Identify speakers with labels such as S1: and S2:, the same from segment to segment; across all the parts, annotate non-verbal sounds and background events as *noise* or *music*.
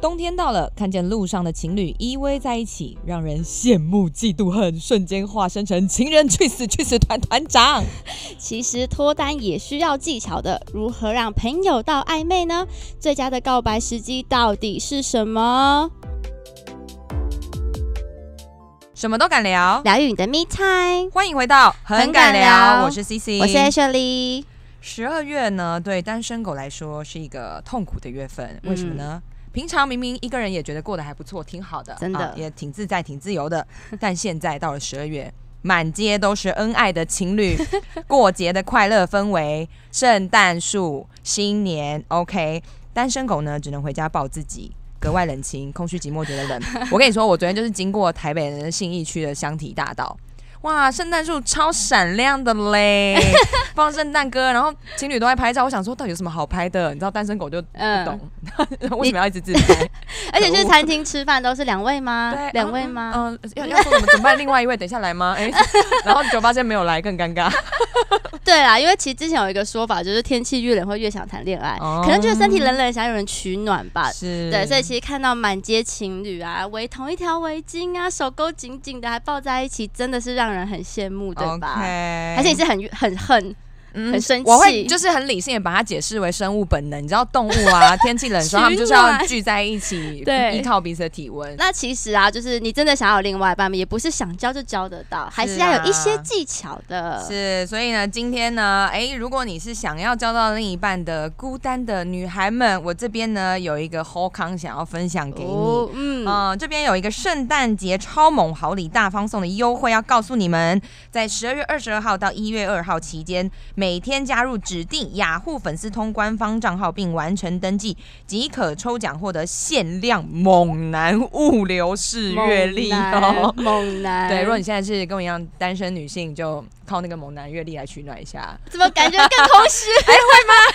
S1: 冬天到了，看见路上的情侣依偎在一起，让人羡慕、嫉妒、恨，瞬间化身成情人去死去死团团长。
S2: 其实脱单也需要技巧的，如何让朋友到暧昧呢？最佳的告白时机到底是什么？
S1: 什么都敢聊，
S2: 疗愈你的 me time，
S1: 欢迎回到
S2: 很敢聊
S1: 我是 C C，
S2: 我是 Ashley。
S1: 十二月呢，对单身狗来说是一个痛苦的月份，为什么呢？平常明明一个人也觉得过得还不错，挺好的，
S2: 真的
S1: 啊也挺自在、挺自由的。 *laughs* 但现在到了十二月，满街都是恩爱的情侣， *laughs* 过节的快乐氛围，圣诞树、新年，OK。单身狗呢，只能回家抱自己，格外冷清，空虚寂寞，觉得
S2: *laughs*
S1: 冷。我跟你说，我昨天就是经过台北人信义区的香堤大道。哇，圣诞树超闪亮的
S2: *laughs*
S1: 嘞，放圣诞歌，然后情侣都在拍照。我想说，到底有什么好拍的？你知道单身狗就不
S2: 嗯，
S1: 懂， *laughs* 为什么要一直自
S2: *laughs*
S1: 拍？
S2: 而且去餐厅吃饭都是两位吗
S1: 对？
S2: 啊两位吗？
S1: 嗯，要要说怎么怎么办？另外一位等一下来吗？
S2: *laughs*
S1: 哎、 *laughs* 然后酒吧现没有来，更尴尬。嗯
S2: 对啦，因为其实之前有一个说法，就是天气越冷会越想谈恋爱，
S1: 哦嗯
S2: *laughs* 可能觉得身体冷冷，想有人取暖吧。
S1: 是
S2: 对，所以其实看到满街情侣啊，围同一条围巾啊，手勾紧紧的，还抱在一起，真的是让人很羡慕，对吧
S1: OK，
S2: 而且你是很很恨，
S1: 嗯
S2: 很生气
S1: 我会就是很理性的把它解释为生物本能。你知道动物
S2: *laughs*
S1: 啊，天气冷的时候，他们就是
S2: 取
S1: 要
S2: 暖
S1: 聚在一起，
S2: *laughs* 对
S1: 依靠彼此的体温。
S2: 那其实啊，就是你真的想要有另外一半，也不是想交就交得到，还是要有一些技巧的。
S1: 啊是，所以呢，今天呢，诶，如果你是想要交到另一半的孤单的女孩们，我这边呢有一个 h 康想要分享给你。
S2: 哦，嗯，
S1: 嗯、这边有一个圣诞节超猛好礼大放送的优惠要告诉你们，在十二月二十二号到一月二号期间，每天加入指定雅虎粉丝通官方账号并完成登记，即可抽奖获得限量猛男物流式阅历哦。
S2: 猛男，猛
S1: *laughs*
S2: 男，
S1: 对，如果你现在是跟我一样单身女性，就靠那个猛男阅历来取暖一下。
S2: 怎么感觉更
S1: *laughs*
S2: 空虚？哎，会吗？会吗？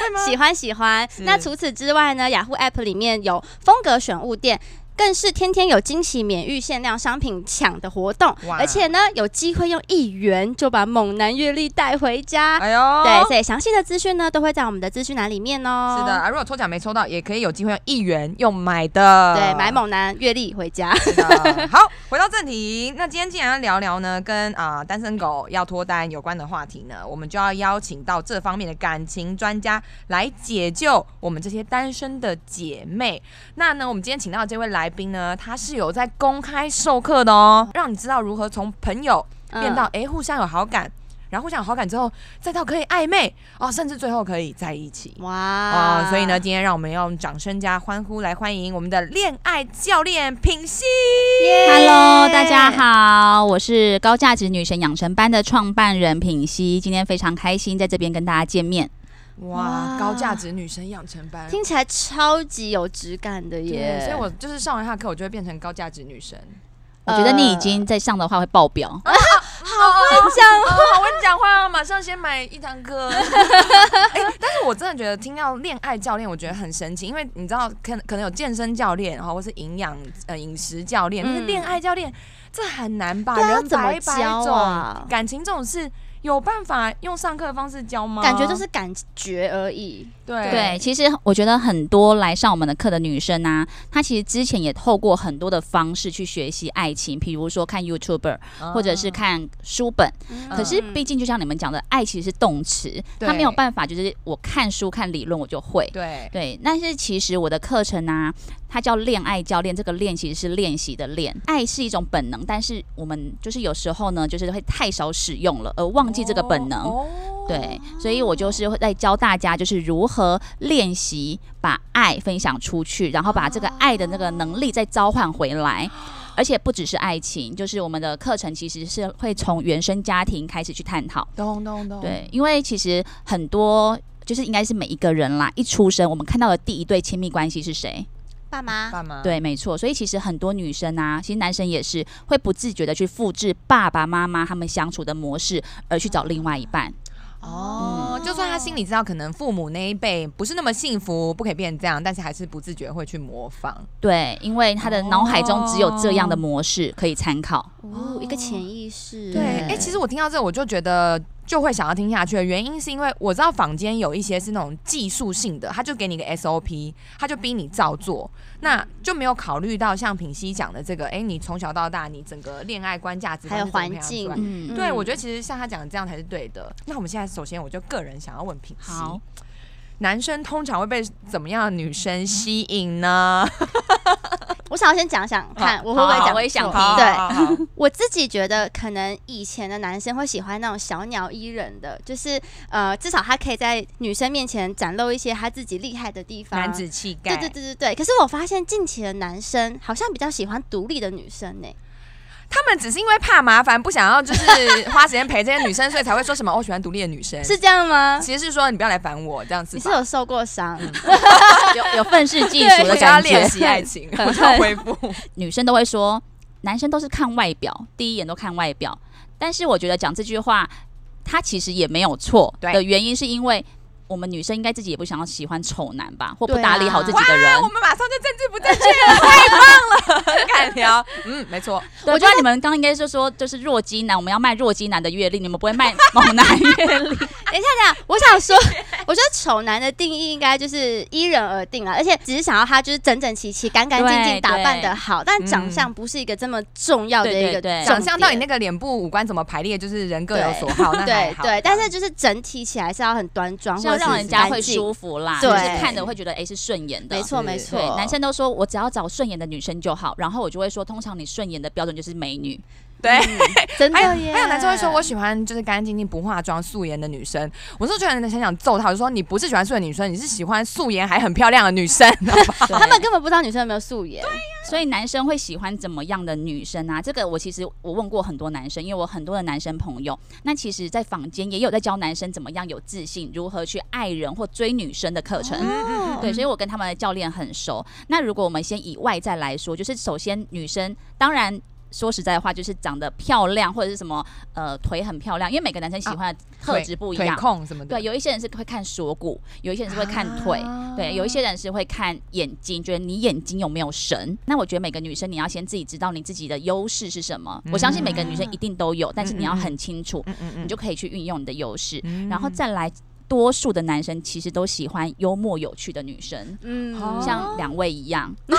S2: 会吗？喜欢喜欢。
S1: 是
S2: 那除此之外呢？雅虎 App 里面有风格选物店。更是天天有惊喜免运限量商品抢的活动
S1: 哇，
S2: 而且呢，有机会用一元就把猛男阅历带回家。
S1: 哎呦，
S2: 对，所以详细的资讯呢，都会在我们的资讯栏里面哦。
S1: 是的，，啊，如果抽奖没抽到，也可以有机会用一元用买的，
S2: 对，买猛男阅历回家。
S1: 是的好，回到正题，那今天既然要聊聊呢，跟啊、单身狗要脱单有关的话题呢，我们就要邀请到这方面的感情专家来解救我们这些单身的姐妹。那呢，我们今天请到的这位来宾呢，他是有在公开授课的哦，让你知道如何从朋友 *laughs* 变
S2: 嗯
S1: 到诶互相有好感，然后互相有好感之后，再到可以暧昧哦，甚至最后可以在一起。
S2: 嗯哇、
S1: 啊、所以呢，今天让我们用掌声加欢呼来欢迎我们的恋爱教练品熙。
S3: Hello，大家。好，我是高价值女神养成班的创办人品熙，今天非常开心在这边跟大家见面。
S1: 哇，
S2: 哇
S1: 高价值女神养成班。
S2: 听起来超级有质感的
S1: 对
S2: 耶，
S1: 所以我就是上完她的课，我就会变成高价值女神。
S3: 我觉得你已经在上的话会爆表，
S1: 好
S2: 啊
S1: 会讲话，好会讲话哦！马上先买一堂
S2: *laughs*
S1: 课。哎，但是我真的觉得听到恋爱教练，我觉得很神奇，因为你知道，可可能有健身教练，然后或是营养呃饮食教练，但是
S2: 嗯
S1: 恋爱教练这很难吧？
S2: 对啊
S1: 人
S2: 怎么
S1: 百百
S2: 教
S1: 种
S2: 啊，
S1: 感情这种事有办法用上课的方式教吗？
S2: 感觉就是感觉而已。
S1: 呃对
S3: 对，其实我觉得很多来上我们的课的女生啊，她其实之前也透过很多的方式去学习爱情，比如说看 YouTuber
S1: 嗯
S3: 或者是看书本。可是
S2: 嗯
S3: 毕竟就像你们讲的，爱其实是动词，
S1: 对
S3: 它没有办法就是我看书看理论我就会。
S1: 对
S3: 对，但是其实我的课程呢、它叫恋爱教练，这个练其实是练习的练。爱是一种本能，但是我们就是有时候呢，就是会太少使用了，而忘记这个本能。
S1: 哦
S3: 对，所以我就是会在教大家，就是如何练习把爱分享出去，然后把这个爱的那个能力再召唤回来。而且不只是爱情，就是我们的课程其实是会从原生家庭开始去探讨。
S1: 懂懂懂，
S3: 对，因为其实很多就是应该是每一个人啦，一出生我们看到的第一对亲密关系是谁？
S2: 爸妈，
S1: 爸妈，
S3: 对，没错。所以其实很多女生啊，其实男生也是会不自觉的去复制爸爸妈妈他们相处的模式，而去找另外一半。
S1: 哦，
S2: 嗯
S1: 就算他心里知道可能父母那一辈不是那么幸福，不可以变成这样，但是还是不自觉会去模仿。
S3: 对，因为他的脑海中只有这样
S1: 哦
S3: 的模式可以参考。
S1: 嗯
S2: 哦，一个潜意识，
S1: 对，哎、其实我听到这我就觉得就会想要听下去的原因，是因为我知道坊间有一些是那种技术性的，他就给你一个 SOP，他就逼你照做，那就没有考虑到像品熙讲的这个，哎，你从小到大你整个恋爱观、价值观
S2: 还有
S1: 是怎么培养
S2: 环境
S1: 出来
S3: 嗯
S1: 对，
S2: 嗯
S1: 我觉得其实像他讲的这样才是对的。那我们现在首先，我就个人想要问品熙，
S3: 好，
S1: 男生通常会被怎么样的女生吸引呢？
S2: 我想要先讲想看，
S1: 好
S2: 我会不会
S3: 好
S2: 讲
S3: 我也想
S2: 错
S3: 听
S1: 好
S2: 对，
S1: 好好好
S2: 我自己觉得，可能以前的男生会喜欢那种小鸟依人的，就是呃，至少他可以在女生面前展露一些他自己厉害的地方。
S1: 男子气概，
S2: 对对对对对。可是我发现近期的男生好像比较喜欢独立的女生呢、
S1: 他们只是因为怕麻烦，不想要就是花时间陪这些女生，所以才会说什么哦我喜欢独立的女生。
S2: 是，这样吗？
S1: 其实是说你不要来烦我这样子
S2: 你
S1: 吧。
S2: 是有受过伤？
S3: 有有愤世嫉俗
S1: 我
S3: 的
S1: 想要
S3: 感觉
S1: 练。习爱情，
S3: 很
S1: 我想要恢复。
S3: 女生都会说，男生都是看外表，第一眼都看外表。但是我觉得讲这句话，他其实也没有错
S1: 对
S3: 的原因，是因为我们女生应该自己也不想要喜欢丑男吧，或不
S2: 对啊
S3: 打理好自己的人。
S1: 我们马上就政治不正确了，太棒了，很 *laughs* 敢聊。嗯，没错，
S2: 我
S3: 对我
S2: 觉
S3: 觉
S2: 得
S3: 得你们刚刚应该是说，就是弱鸡男，我们要卖弱鸡男的阅历，你们不会卖猛
S2: *laughs*
S3: 男阅历。
S2: 等一下，等一下，我想说，我觉得丑男的定义应该就是依人而定了，而且只是想要他就是整整齐齐、干干净净、
S3: 对
S2: 打扮的
S3: 对
S2: 好，但长相不是一个这么重要的一个
S3: 对对对
S1: 长相到底
S2: 那。
S1: 那个脸部五官怎么排列，就是人各有所好，那还
S2: 对
S1: 好。
S2: 对，但是就是整体起来是要很端庄，
S3: 是
S2: 或
S3: 要
S2: 者
S3: 让
S2: 是
S3: 人家
S2: 干
S3: 会
S2: 净
S3: 舒服啦，
S2: 对
S3: 就是看着会觉得哎、诶是顺眼的
S2: 没。错
S1: 是
S2: 没
S3: 对
S2: 错，，
S3: 男生都说我只要找顺眼的女生就好，然后我就会说，通常你顺眼的标准就是美女，
S1: 对，哎
S2: 真的
S1: 还有
S2: 嗯耶。
S1: 还有男生会说，我喜欢就是干干净净、不化妆、素颜的女生。我是觉得很想揍他，我就说你不是喜欢素颜的女生，你是喜欢素颜还很漂亮的女生。
S2: 他们根本不知道女生有没有素颜，
S3: 所以男生会喜欢怎么样的女生啊？这个我其实我问过很多男生，因为我很多的男生朋友，那其实，在坊间也有在教男生怎么样有自信，如何去爱人或追女生的课程。
S2: 哦
S1: 嗯
S3: 对，所以我跟他们的教练很熟。那如果我们先以外在来说，就是首先女生，当然说实在话，就是长得漂亮或者是什么，呃，腿很漂亮，因为每个男生喜欢的特质不一
S1: 腿。
S3: 样
S1: 控什么的，
S3: 对，有一些人是会看锁骨，有一些人是会看
S1: 啊
S3: 腿，对，有一些人是会看眼睛，觉得你眼睛有没有神。那我觉得每个女生你要先自己知道你自己的优势是什么。我相信每个女生一定都有，但是你要很清楚，
S1: 嗯嗯
S3: 你就可以去运用你的优势，
S1: 嗯
S3: 然后再来。多数的男生其实都喜欢幽默有趣的女生，
S2: 嗯
S1: 好
S3: 像两位一样，
S1: 啊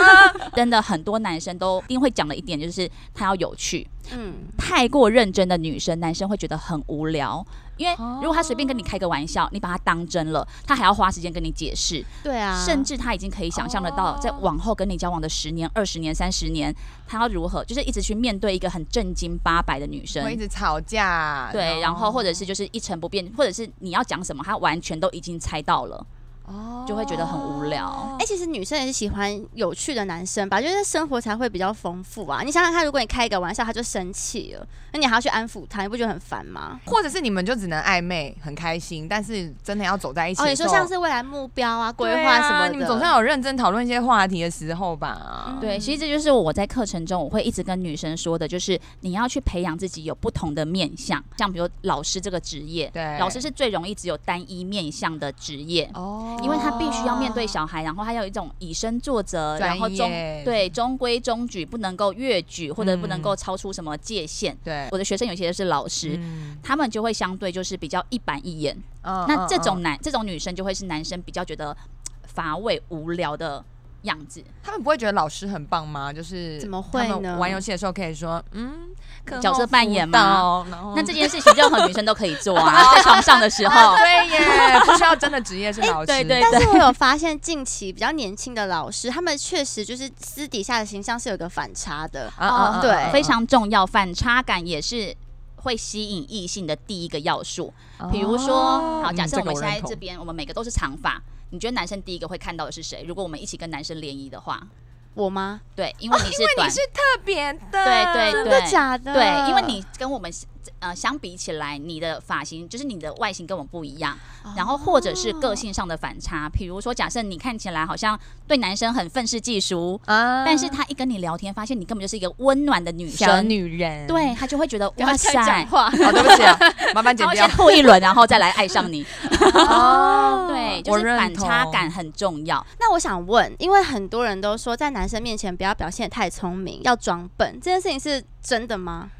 S3: *laughs* 真的很多男生都一定会讲的一点就是他要有趣，
S2: 嗯，
S3: 太过认真的女生，男生会觉得很无聊。因为
S1: 哦
S3: 如果他随便跟你开个玩笑，你把他当真了，他还要花时间跟你解释，
S2: 对啊，
S3: 甚至他已经可以想象得到，在往后跟你交往的十年、二十年、三十年，他要如何，就是一直去面对一个很正经八百的女
S1: 会一
S3: 生。
S1: 直哦吵架，
S3: 对，然后或者是就是一成不变，或者是你要讲什么，他完全都已经猜到了，
S1: 哦
S3: 就会觉得很无聊。
S2: 哎，其实女生也是喜欢有趣的男生吧，就是生活才会比较丰富啊。你想想看，如果你开一个玩笑，他就生气了，那你还要去安抚他，你不觉得很烦吗？
S1: 或者是你们就只能暧昧，很开心，但是真的要走在一起
S2: 哦，
S1: 的
S2: 你
S1: 时
S2: 说
S1: 候，
S2: 像是未来目标啊、规
S1: 对
S2: 划
S1: 啊
S2: 什么的，
S1: 你们总是要有认真讨论一些话题的时候吧。
S2: 嗯
S3: 对，其实这就是我在课程中我会一直跟女生说的，就是你要去培养自己有不同的面相，像比如老师这个职业，
S1: 对
S3: 老师是最容易只有单一面相的职业。
S1: 哦
S3: 因为他必须要面对小孩，然后他要有一种以身作则，
S1: 专
S3: 然后中
S1: 业
S3: 对中规中矩，不能够越矩或者不能
S1: 嗯
S3: 够超出什么界限。
S1: 对，
S3: 我的学生有些就是老师，
S1: 嗯
S3: 他们就会相对就是比较一板一眼，
S1: 嗯
S3: 那这
S1: 嗯
S3: 种男这种女生就会是男生比较觉得嘖乏味无聊的样子。
S1: 他们不会觉得老师很棒吗？就是
S2: 怎么会呢
S1: 他们玩游戏的时候可以说，嗯，课后
S3: 角色扮演吗
S1: 辅导？然后。
S3: 那这件事情任何女生都可以做啊，在床上的时候
S1: 对
S3: *laughs*
S1: 耶，不需要真的职业是老师，
S3: 哎
S1: 嗯
S3: 对对
S2: 但是我有发现，近期比较年轻的老师，他们确实就是私底下的形象是有个反差的。
S3: 哦
S1: 啊啊啊
S2: 对
S1: 啊啊
S3: 非常重要，反差感也是会吸引异性的第一个要素。
S1: 哦
S3: 比如说，好，假设我们现在哦嗯这，边，我们每个都是长发，你觉得男生第一个会看到的是谁？如果我们一起跟男生联谊的话，
S2: 我吗？
S3: 对，因为你是
S1: 嗯这个我认同
S3: 短，
S1: 你是特别的，
S3: 对对
S2: 真的假的？
S3: 对，因为你跟我们呃相比起来，你的发型就是你的外形跟我们不一样，然后或者是个性上的反差。比如说，假设你看起来好像对男生很愤世嫉俗，
S1: 啊
S3: 但是他一跟你聊天，发现你根本就是一个温暖的女
S1: 小
S3: 生。
S1: 女人，
S3: 对他就会觉得
S2: 不要
S3: 哇
S2: 这样
S3: 塞
S2: 讲，话。
S1: 哦， *laughs* 对不起啊，麻烦
S3: 他
S1: 剪
S3: 会
S1: 掉
S3: 先。吐一轮，然后再来爱
S1: *laughs*
S3: 上你。
S1: 哦
S3: 对，就
S1: 我
S3: 是
S1: 认
S3: 反差
S1: 同
S3: 感很重要。
S2: *laughs* 那我想问，因为很多人都说在男生面前不要表现得太聪明，要装笨，这件事情是真的吗？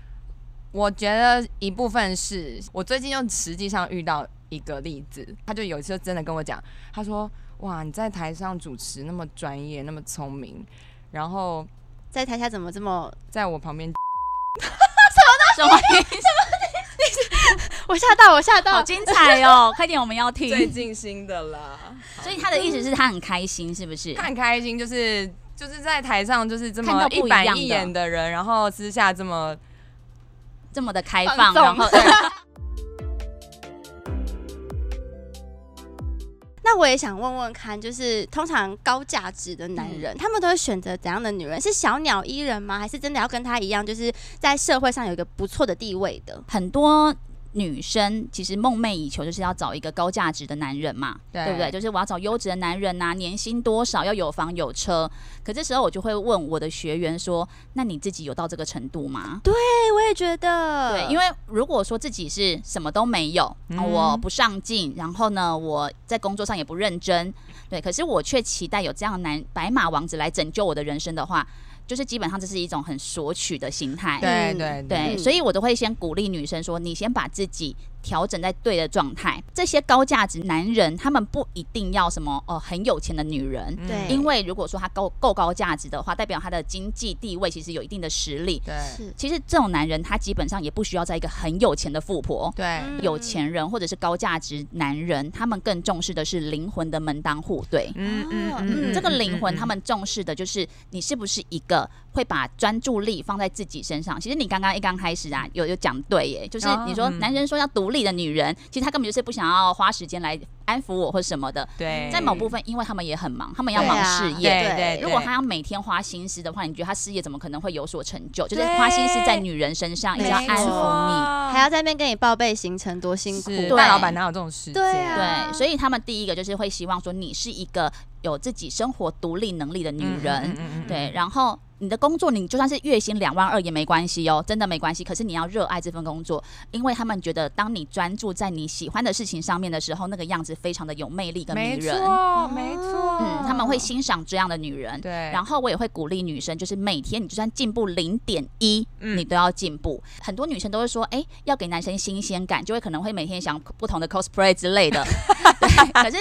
S1: 我觉得一部分是我最近又实际上遇到一个例子，他就有一次真的跟我讲，他说：“哇，你在台上主持那么专业，那么聪明，然后
S2: 在台下怎么这么……
S1: 在我旁边，
S3: 什么意思？
S2: 我吓到，我吓
S3: 好
S2: 到，
S3: 精彩哦！快点，我们要听。
S1: 最近新的啦，
S3: 所以他的意思是他很开心，是不是？
S1: 他很开心，就是就是在台上就是这
S3: 看
S1: 么
S3: 到
S1: 一
S3: 不一
S1: 板
S3: 样
S1: 一
S3: 的
S1: 眼的人，然后私下这么
S3: 这么的开
S2: 放
S3: 放，哦
S2: 纵
S3: 然后
S2: *laughs* 那我也想问问看，就是通常高价值的男
S3: 嗯
S2: 人，他们都会选择怎样的女人？是小鸟依人吗？还是真的要跟他一样，就是在社会上有一个不错的地位的？
S3: 很多女生其实梦寐以求就是要找一个高价值的男人嘛，
S1: 对
S3: 对不对？？就是我要找优质的男人呐、啊年薪多少，要有房有车。可这时候我就会问我的学员说：“那你自己有到这个程度吗？”
S2: 哎，我也觉得，
S3: 对，因为如果说自己是什么都没有，啊
S1: 嗯
S3: 我不上进，然后呢，我在工作上也不认真，对，可是我却期待有这样的男白马王子来拯救我的人生的话，就是基本上这是一种很索取的心态。
S1: 对
S2: 嗯
S1: 对
S3: 对，
S2: 嗯
S3: 所以我都会先鼓励女生说，你先把自己调整在对的状态。这些高价值男人，他们不一定要什么哦、呃很有钱的女人。
S1: 嗯
S2: 对
S3: 因为如果说他够够高价值的话，代表他的经济地位其实有一定的实力。
S1: 对
S2: 是
S3: 其实这种男人，他基本上也不需要在一个很有钱的富婆、
S1: 对
S2: 嗯
S3: 有钱人或者是高价值男人，他们更重视的是灵魂的门当户对。
S1: 嗯嗯
S2: 哦
S1: 嗯，
S2: 嗯
S3: 这个灵魂，
S1: 嗯
S3: 他们重视的就是你是不是一个会把专注力放在自己身上。其实你刚刚一刚开始啊，有有讲对耶，就是
S1: 哦
S3: 你说
S1: 嗯
S3: 男人说要独立的女人，其实他根本就是不想要花时间来安抚我或什么的。
S1: 对，
S3: 在某部分，因为他们也很忙，他们要
S2: 对
S3: 忙
S2: 啊
S3: 事
S1: 对
S3: 业。
S1: 对，
S2: 对
S3: 如果
S1: 对
S3: 他要每天花心思的话，你觉得他事业怎么可能会有所成就？就是
S1: 对
S3: 花心思在女人身上，一
S2: 没
S3: 直要安抚你。
S1: 错
S2: 还要在那边跟你报备行程，多辛苦。啊
S1: 是
S3: 对
S1: 大老板哪有这种事？
S2: 对啊
S3: 对，所以他们第一个就是会希望说你是一个有自己生活独立能力的女
S1: 嗯
S3: 人。
S1: 嗯嗯嗯嗯
S3: 对，然后你的工作，你就算是月薪两万二也没关系哦，真的没关系。可是你要热爱这份工作，因为他们觉得当你专注在你喜欢的事情上面的时候，那个样子非常的有魅力跟迷
S1: 没
S3: 人。哦
S1: 错，没错，
S3: 嗯，他们会欣赏这样的女人。
S1: 对，
S3: 然后我也会鼓励女生，就是每天你就算进步零点一，
S1: 嗯
S3: 你都要进步。很多女生都会说，哎，要给男生新鲜感，就会可能会每天想不同的 cosplay 之
S1: *laughs*
S3: 类的。对，可是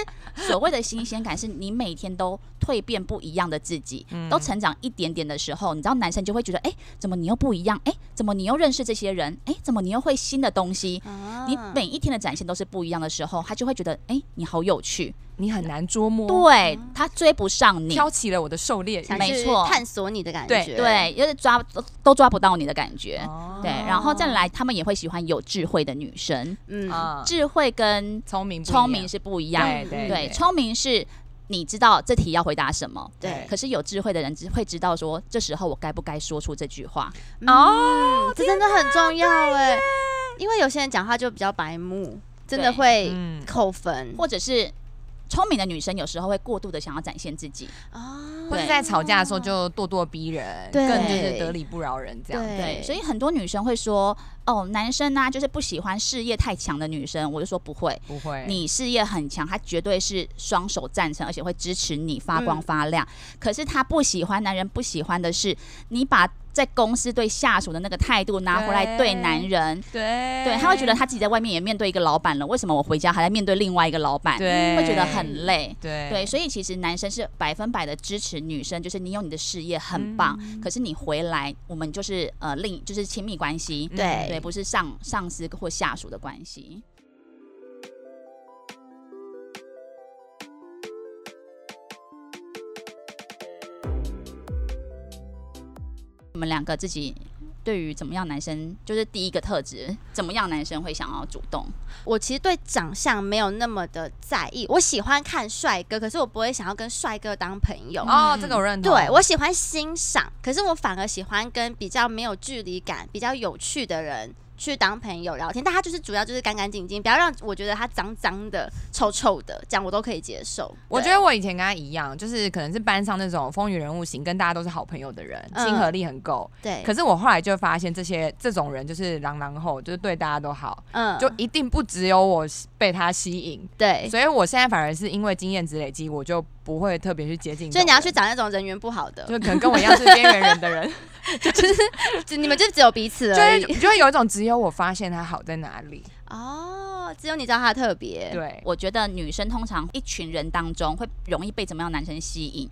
S3: 所谓的新鲜感，是你每天都蜕变不一样的自己，
S1: 嗯
S3: 都成长一点点的时候，你知道男生就会觉得，哎，怎么你又不一样？哎，怎么你又认识这些人？哎，怎么你又会新的东西？
S2: 啊
S1: 嗯
S3: 你每一天的展现都是不一样的时候，他就会觉得，哎，你好有趣。
S1: 你很难捉摸，
S3: 对他追不上你，
S1: 嗯挑起了我的狩猎欲。
S2: 想
S3: 没
S2: 去
S3: 错
S2: 探索你的感
S1: 对
S2: 觉，
S3: 对，就是抓都都抓不到你的感觉。
S1: 哦
S3: 对，然后再来，他们也会喜欢有智慧的女生。
S2: 嗯，
S1: 啊，
S3: 智慧跟
S1: 聪明不一样
S3: 聪明是不一样，
S1: 对对
S3: 对，聪明是你知道这题要回答什么。
S2: 对
S3: 可是有智慧的人只会知道说，这时候我该不该说出这句话？
S2: 哦，这真的很重要哎，因为有些人讲话就比较白目，真的
S3: 对
S2: 会
S1: 嗯
S2: 扣分
S3: 或者是聪明的女生有时候会过度的想要展现自己，
S2: 哦
S1: 或者
S3: 对
S1: 在吵架的时候就咄咄逼人，
S2: 对
S1: 更就是得理不饶人这样。
S3: 对，所以很多女生会说，哦，男生呢、就是不喜欢事业太强的女生，我就说不会，
S1: 不会，
S3: 你事业很强，他绝对是双手赞成，而且会支持你发光发亮。可是他不喜欢男人不喜欢的是，你把在公司对下属的那个态度拿回来对男人，
S1: 对
S3: 对他会觉得他自己在外面也面对一个老板了，为什么我回家还在面对另外一个老板？
S1: 对
S3: 会觉得很累。
S1: 对
S3: 对，所以其实男生是百分百的支持女生，就是你有你的事业很棒，可是你回来，我们就是呃另就是亲密关系，
S1: 嗯
S2: 对
S3: 对，不是上上司或下属的关系。你们两个自己对于怎么样男生，就是第一个特质，怎么样男生会想要主动？
S2: 我其实对长相没有那么的在意，我喜欢看帅哥，可是我不会想要跟帅哥当朋友。
S1: 哦，
S3: 嗯
S1: 这个我认同。
S2: 对我喜欢欣赏，可是我反而喜欢跟比较没有距离感、比较有趣的人去当朋友聊天。但他就是主要就是干干净净，不要让我觉得他脏脏的、臭臭的，这样我都可以接受。
S1: 我觉
S2: 对
S1: 得我以前跟他一样，就是可能是班上那种风云人物型，跟大家都是好朋友的人，
S2: 嗯
S1: 亲和力很够。
S2: 对，
S1: 可是我后来就发现，这些这种人就是狼狼后，就是对大家都好，
S2: 嗯哎
S1: 就一定不只有我被他吸引。
S2: 对，
S1: 所以我现在反而是因为经验值累积，我就不会特别去接近这种人。
S2: 所以你要去找那种人缘不好的 *laughs*
S1: 就可能跟我一样是边缘人的人，
S2: 就你们就只有彼此
S1: 就
S2: 而
S1: 是
S2: 已。
S1: 就会有一种只有我发现它好在哪里。
S2: 哦，只有你知道他特别。
S1: 对，
S3: 我觉得女生通常一群人当中会容易被怎么样的男生吸引？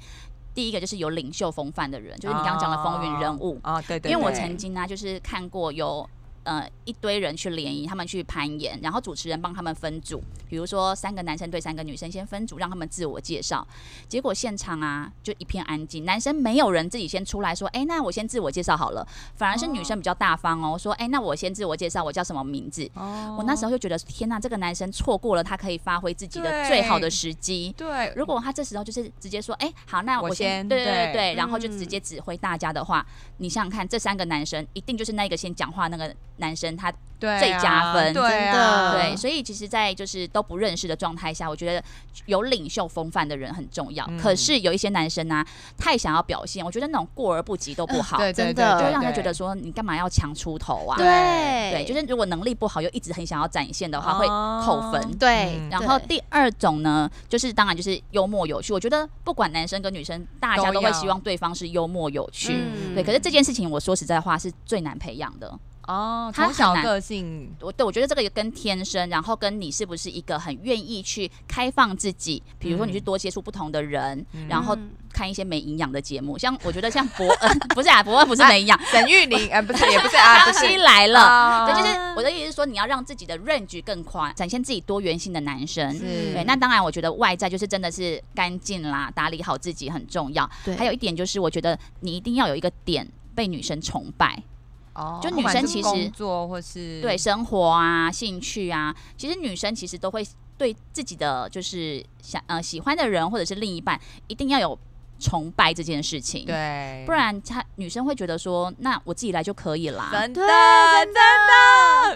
S3: 第一个就是有领袖风范的人，就是你刚刚讲的风云人物。
S1: 啊，对对，
S3: 因为我
S1: 对
S3: 曾经呢、就是看过有呃一堆人去联谊，他们去攀岩，然后主持人帮他们分组，比如说三个男生对三个女生，先分组让他们自我介绍。结果现场啊就一片安静，男生没有人自己先出来说，哎、那我先自我介绍好了，反而是女生比较大方哦，说，哎、那我先自我介绍，我叫什么名字。
S1: 哦
S3: 我那时候就觉得，天呐、这个男生错过了他可以发挥自己的
S1: 对
S3: 最好的时机。
S1: 对，
S3: 如果他这时候就是直接说，哎、好，那
S1: 我
S3: 我先
S1: 先
S3: 对
S1: 对
S3: 对对对，然后就直
S1: 嗯
S3: 接指挥大家的话，你想想看，这三个男生一定就是那个先讲话那个男生，他
S1: 对
S3: 最加分
S1: 啊对啊，
S2: 真的
S3: 对，所以其实，在就是都不认识的状态下，我觉得有领袖风范的人很重要。
S1: 嗯
S3: 可是有一些男生呢、啊太想要表现，我觉得那种过而不及都不好，
S1: 嗯对对
S2: 真
S1: 对，
S2: 的
S3: 就
S1: 对
S3: 会让他
S1: 对
S3: 觉得说你干嘛要强出头啊？
S2: 对
S3: 对，就是如果能力不好又一直很想要展现的话，会扣分。
S1: 哦
S2: 对
S1: 嗯。
S3: 然后
S2: 对
S3: 第二种呢，就是当然就是幽默有趣。我觉得不管男生跟女生，大家
S1: 都
S3: 都
S1: 要
S3: 会希望对方是幽默有趣。
S1: 嗯
S3: 对，可是这件事情我说实在话是最难培养的。
S1: 哦，
S3: 他
S1: 从小
S3: 很难
S1: 个性
S3: 我对我觉得这个也跟天生，然后跟你是不是一个很愿意去开放自己，比如说你去
S1: 嗯
S3: 多接触不同的人，
S1: 嗯
S3: 然后
S2: 嗯
S3: 看一些没营养的
S1: *laughs*
S3: 节目。像我觉得像伯恩，不是啊，伯恩不是没营养，
S1: 沈玉玲，呃，不是，也不是啊，
S3: 康
S1: 不是
S3: 熙来了。
S1: 了
S3: 对，就是我的意思是说，你要让自己的 range 更宽，展现自己多元性的男生。
S1: 是
S3: 对，那当然，我觉得外在就是真的是干净啦，打理好自己很重要。
S2: 对
S3: 还有一点就是，我觉得你一定要有一个点被女生崇拜，
S1: 哦
S3: 就
S1: 不
S3: 女
S1: 管
S3: 生
S1: 是
S3: 其
S1: 工
S3: 实
S1: 作或是
S3: 对生活啊、兴趣啊，其实女生其实都会对自己的就是想呃喜欢的人或者是另一半，一定要有崇拜这件事情。。
S1: 对，
S3: 不然她女生会觉得说，那我自己来就可以啦。
S1: 真的
S2: 对
S3: 啊
S2: 啊
S1: 真的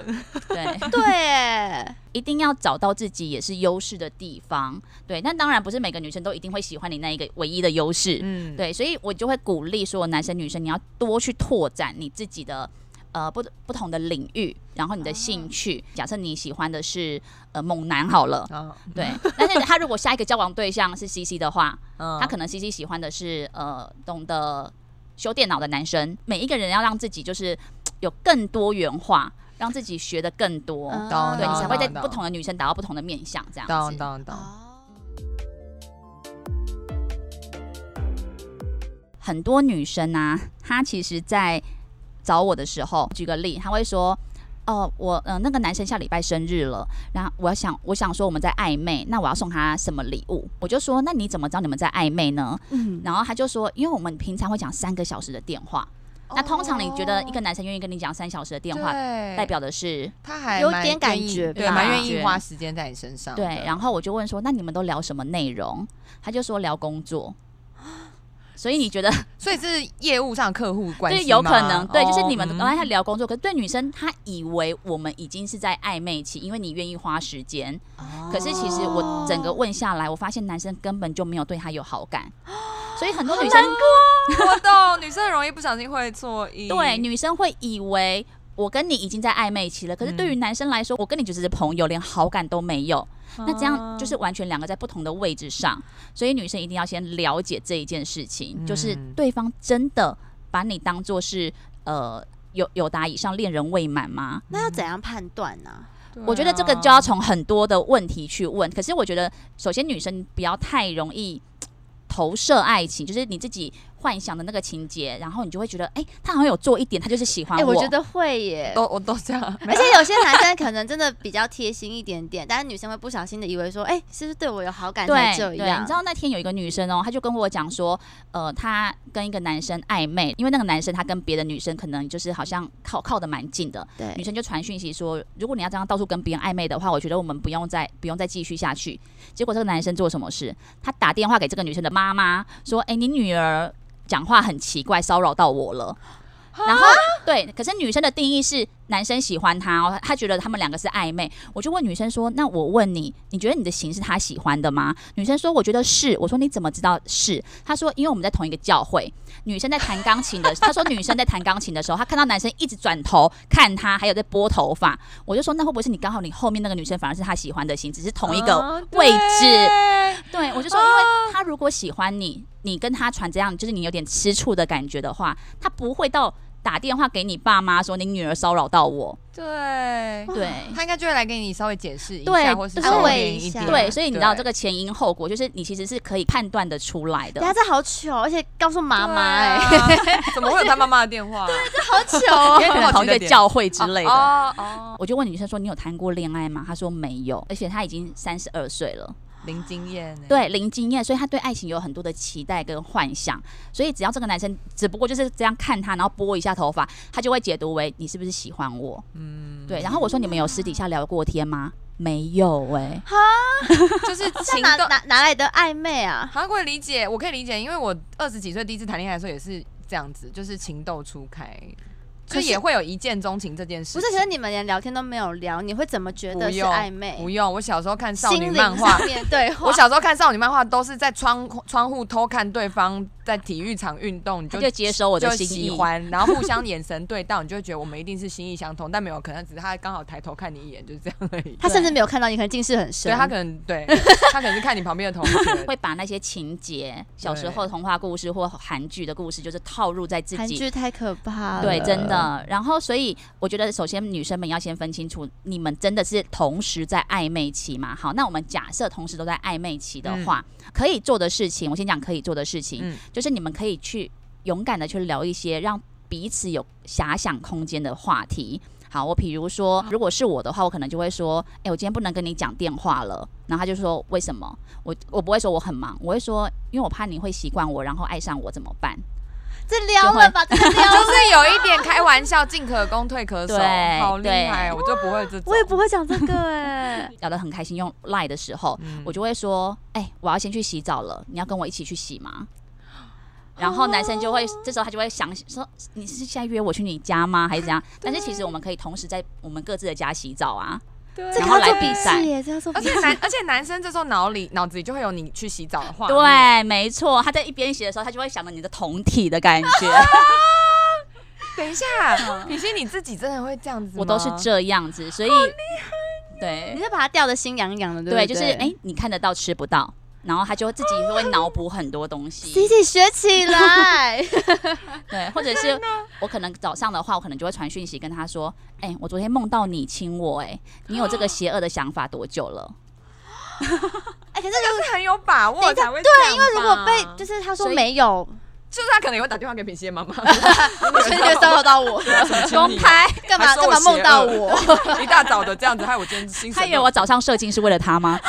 S3: *laughs* 对，
S2: 对，
S3: 一定要找到自己也是优势的地方。对，但当然不是每个女生都一定会喜欢你那一个唯一的优势。
S1: 嗯，
S3: 对，所以我就会鼓励说，男生女生你要多去拓展你自己的呃不不同的领域，然后你的
S1: 啊
S3: 兴趣。假设你喜欢的是呃猛男
S1: *laughs*
S3: 好了，
S1: 哦，
S3: 对，但是他如果下一个交往对象是 C C 的话，
S1: 嗯
S3: 他可能 C C 喜欢的是呃懂得修电脑的男生。每一个人要让自己就是有更多元化，让自己学的更多。
S2: 嗯
S1: 懂，
S3: 对你才会在
S1: 懂
S3: 不同的女生达到不同的面相，这样
S1: 懂
S3: 子。
S1: 懂懂，
S2: 哦，
S3: 很多女生啊，她其实在找我的时候，举个例，她会说。哦，我嗯、呃那个男生下礼拜生日了，然后我要想，我想说我们在暧昧，那我要送他什么礼物？我就说，那你怎么知道你们在暧昧呢？
S2: 嗯，
S3: 然后他就说，因为我们平常会讲三个小时的电话，
S1: 哦
S3: 那通常你觉得一个男生愿意跟你讲三小时的电话，
S1: 哦对
S3: 代表的是
S1: 他还
S2: 有
S1: 蛮
S2: 点感
S1: 愿意
S2: 觉
S1: 对，
S2: 吧
S1: 蛮愿意
S3: 感觉
S1: 花时间在你身上的，
S3: 对，然后我就问说，那你们都聊什么内容？他就说聊工作。所以你觉得
S1: 所以这是业务上客户关
S3: 就
S1: 系
S3: 是
S1: 吗，
S3: 有可能，对，就是
S1: 哦
S3: 你们哎刚
S1: 嗯
S3: 才聊工作，可是对女生她以为我们已经是在暧昧期，因为你愿意花时间。可是其实
S1: 哦
S3: 我整个问下来，我发现男生根本就没有对她有好感，所以很多女生
S1: 我懂，女生很容易不小心会错意，
S3: 对女生会以为我跟你已经在暧昧期了，可是对
S1: 嗯
S3: 于男生来说，我跟你就只是朋友，连好感都没有。那这
S1: 哦啊
S3: 样就是完全两个在不同的位置上，所以女生一定要先了解这一件事情，就是
S1: 嗯
S3: 对方真的把你当做是呃有有达以上恋人未满吗？
S2: 那要怎样判断呢？
S1: 对啊
S3: 我觉得这个就要从很多的问题去问。可是我觉得，首先女生不要太容易投射爱情，就是你自己幻想的那个情节，然后你就会觉得，哎、他好像有做一点，他就是喜欢
S2: 哎，我觉得会耶，
S1: 都我都这样，
S2: 而且有些男生可能真的比较贴心一点点，但是女生会不小心的以为说，哎、是不是对我有好感才
S3: 对
S2: 这
S3: 对，
S2: 样？
S3: 你知道那天有一个女生哦，她就跟我讲说，呃，她跟一个男生暧昧，因为那个男生他跟别的女生可能就是好像靠靠的蛮近的，女
S2: 对，
S3: 生就传讯息说，如果你要这样到处跟别人暧昧的话，我觉得我们不用再不用再继续下去。结果这个男生做什么事？他打电话给这个女生的妈妈说，哎、你女儿讲话很奇怪，骚扰到我了。然后对，可是女生的定义是男生喜欢她哦，她觉得他们两个是暧昧。我就问女生说：“那我问你，你觉得你的型是他喜欢的吗？”女生说：“我觉得是。”我说：“你怎么知道是？”她说：“因为我们在同一个教会。”女生在弹钢琴的， *laughs* 她说女生在弹钢琴的时候，她看到男生一直转头看她，还有在拨头发。我就说：“那会不会是你刚好你后面那个女生反而是她喜欢的型，只是同一个
S1: 啊
S3: 位置？”
S1: 对
S3: 对，我就说，
S1: 啊
S3: 因为他如果喜欢你，你跟他传这样，就是你有点吃醋的感觉的话，他不会到打电话给你爸妈说你女儿骚扰到我。
S1: 对，
S3: 对，
S1: 他应该就会来给你稍微解释一
S3: 对
S1: 下，或是
S3: 就是
S1: 稍
S3: 我
S1: 微给你一点。
S3: 对，所以你知道这
S1: 个
S3: 个前因后果，就是你其实是可以判断的出来的
S2: 等。下这好糗，而且告诉妈妈哎、
S1: 啊
S2: *laughs*
S1: 怎么会有他妈妈的电话？啊
S2: 好糗哦、
S3: *laughs*
S1: 因为
S3: 可能同一个教会之类的。
S1: 哦哦，
S3: 我就问女生说：“你有谈过恋爱吗？”她说没有，而且她已经三十二岁了，
S1: 零经验欸，
S3: 对，零经验，所以她对爱情有很多的期待跟幻想。所以只要这个男生只不过就是这样看她，然后拨一下头发，她就会解读为你是不是喜欢我？
S1: 嗯，
S3: 对。然后我说：“你们有私底下聊过天吗？”没有哎、
S1: 就是
S2: 这
S1: 情
S2: 哪
S1: 动。
S2: 哪哪来的暧昧啊？
S1: 好像可以理解，我可以理解，因为我二十几岁第一次谈恋爱的时候也是这样子，就是情窦初开，
S2: 可
S1: 就是也会有一见钟情这件事
S2: 不
S1: 情。
S2: 是，可是你们连聊天都没有聊，你会怎么觉
S1: 不
S2: 得是
S1: 用
S2: 暧昧？
S1: 不用，我小时候看少
S2: 心
S1: 女
S2: 灵
S1: 漫画
S2: 上，面对话，
S1: 我小时候看少女漫画都是在窗窗户偷看对方在体育场运动，你
S3: 她
S1: 就
S3: 就接收我的
S1: 就
S3: 心
S1: 喜
S3: 意。
S1: 欢，然后互相眼神对到，你就会觉得我们一定是心意相通，但没有，可能只是他刚好抬头看你一眼，就是这样而已。
S2: 他甚至没有看到你，可能近视很深。
S1: 对他可能对他可能是看你旁边的 *laughs* 同学，
S3: 会把那些情节、小时
S1: 对
S3: 候童话故事或韩剧的故事，就是套入在自
S2: 韩
S3: 己
S2: 剧太可怕了，
S3: 对，真。的。然后，所以我觉得，首先女生们要先分清楚，你们真的是同时在暧昧期嘛？好，那我们假设同时都在暧昧期的话，可以做的事情，我先讲可以做的事情，
S1: 嗯
S3: 就是你们可以去勇敢的去聊一些让彼此有遐想空间的话题。好，我比如说，如果是我的话，我可能就会说，哎、我今天不能跟你讲电话了。然后他就说，为什么？我我不会说我很忙，我会说，因为我怕你会习惯我，然后爱上我怎么办？
S2: 这撩了吧，这个 *laughs* 撩
S1: 就是有一点开玩笑，进可攻退可守，
S3: 对
S1: 好厉害哦！我就不会这种，
S2: 我也不会讲这个哎、
S3: 聊得很开心，用赖的时候，
S1: 嗯，
S3: 我就会说，哎、我要先去洗澡了，你要跟我一起去洗吗？然后男生就会，这时候他就会想说，你是现在约我去你家吗？还是怎样？但是其实我们可以同时在我们各自的家洗澡啊。
S1: 对
S2: 这个
S3: 然后
S2: 要
S3: 来
S2: 做
S3: 比
S2: 笔
S3: 赛
S2: 记耶，这个要做
S1: 而
S2: 笔记
S1: 且。 *laughs* 男而且男生这时候脑里脑子里就会有你去洗澡的画面，
S3: 对，没错，他在一边洗的时候，他就会想到你的同体的感 *laughs* 觉。
S1: 等一 *laughs* 下，比心你自己真的会这样子吗？
S3: 我都是这样子，所以对
S2: 你是把它吊的心痒痒的，对不
S3: 对，就是哎、你看得到吃不到，然后他就自己会脑补很多东西。
S2: c c 学起来，
S3: *laughs* 对，或者是我可能早上的话，我可能就会传讯息跟他说：“哎、我昨天梦到你亲我、哎，你有这个邪恶的想法多久了
S2: 哎，可是
S1: 这个是很有把握才会对，因为
S2: 如果被就是他说
S3: 所以
S2: 没有，
S1: 就是他可能也会打电话给比 *laughs* 心妈妈，
S2: 我觉得骚扰到我，
S3: 公开？
S2: 干嘛
S1: 还说
S2: 干
S1: 我
S2: 嘛梦到我？ *laughs*
S1: *laughs* 一大早的这样子，害我今天心神
S3: 他
S1: 都。
S3: 以为我早上射精是为了他吗？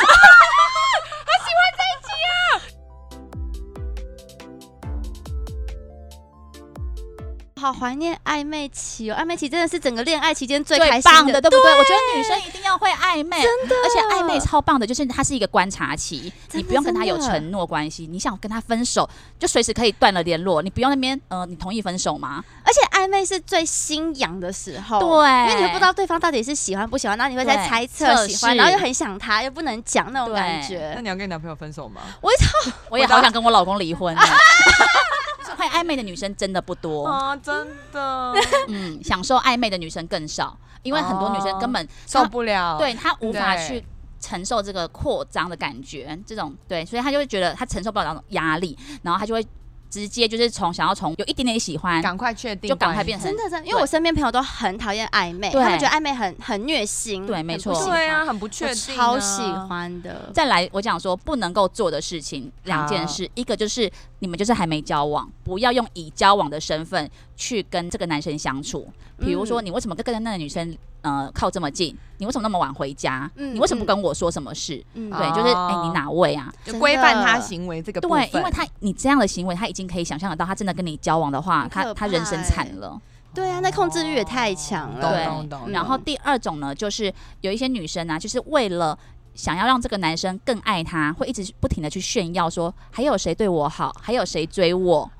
S2: 好怀念暧昧期哦，暧昧期真的是整个恋爱期间最
S3: 最
S2: 开
S3: 棒
S2: 心
S3: 的，对不对？我觉得女生一定要会暧昧，真的，而且暧昧超棒的，就是它是一个观察期，
S2: 真的
S3: 你不用跟他有
S2: 真的
S3: 承诺关系，你想跟他分手就随时可以断了联络，你不用那边呃，你同意分手吗？
S2: 而且暧昧是最心痒的时候，
S3: 对
S2: 因为你会不知道对方到底是喜欢不喜欢，然后你会在
S3: 对
S2: 猜
S3: 测
S2: 测喜欢，
S3: 试
S2: 然后又很想他，又不能讲那种
S3: 对
S2: 感
S1: 那
S2: 觉。
S1: 你要跟你男朋友分手吗？
S3: 我也好想跟我老公离婚、哎会暧昧的女生哦真的不
S2: 哦
S3: 多，
S1: 啊，真
S2: *laughs*
S1: 的
S3: 嗯，享受暧昧的女生更少，因为很多女生根本
S1: 受不了。
S3: 对她无法
S1: 对
S3: 去承受这个扩张的感觉，这种对，所以她就会觉得她承受不了那种压力，然后她就会直接就是从想要从有一点点喜欢，
S1: 赶快确定关系，
S3: 就赶快变成
S2: 真的，真的，因为我身边朋友都很讨厌暧昧，
S3: 对
S2: 他们觉得暧昧很很虐心，
S3: 对
S2: 很
S3: 没
S2: 不
S3: 错
S2: 喜
S1: 对啊，
S2: 欢，
S1: 很不确
S2: 我
S1: 定啊，
S2: 超喜欢的。
S3: 再来，我讲说不能够做的事情两件事，一个就是你们就是还没交往，不要用以交往的身份去跟这个男生相处。比如说，
S2: 嗯
S3: 你为什么跟那个女生呃靠这么近？你为什么那么晚回家？
S2: 嗯
S3: 你为什么不跟我说什么事？
S2: 嗯
S3: 对，就是哎、
S1: 哦
S3: 你哪位啊？
S1: 就规范他
S2: 真的
S1: 行为这个部分
S3: 对，，因为他你这样的行为，他已经可以想象得到，他真的跟你交往的话，
S2: 很可
S3: 他他人生
S2: 怕欸
S3: 惨了。
S2: 对啊，那控制欲也太强了。
S1: 懂
S3: 对
S1: 懂懂。
S3: 然后第二种呢，就是有一些女生啊，就是为了。想要让这个男生更爱她，会一直不停的去炫耀说，还有谁对我好，还有谁追我，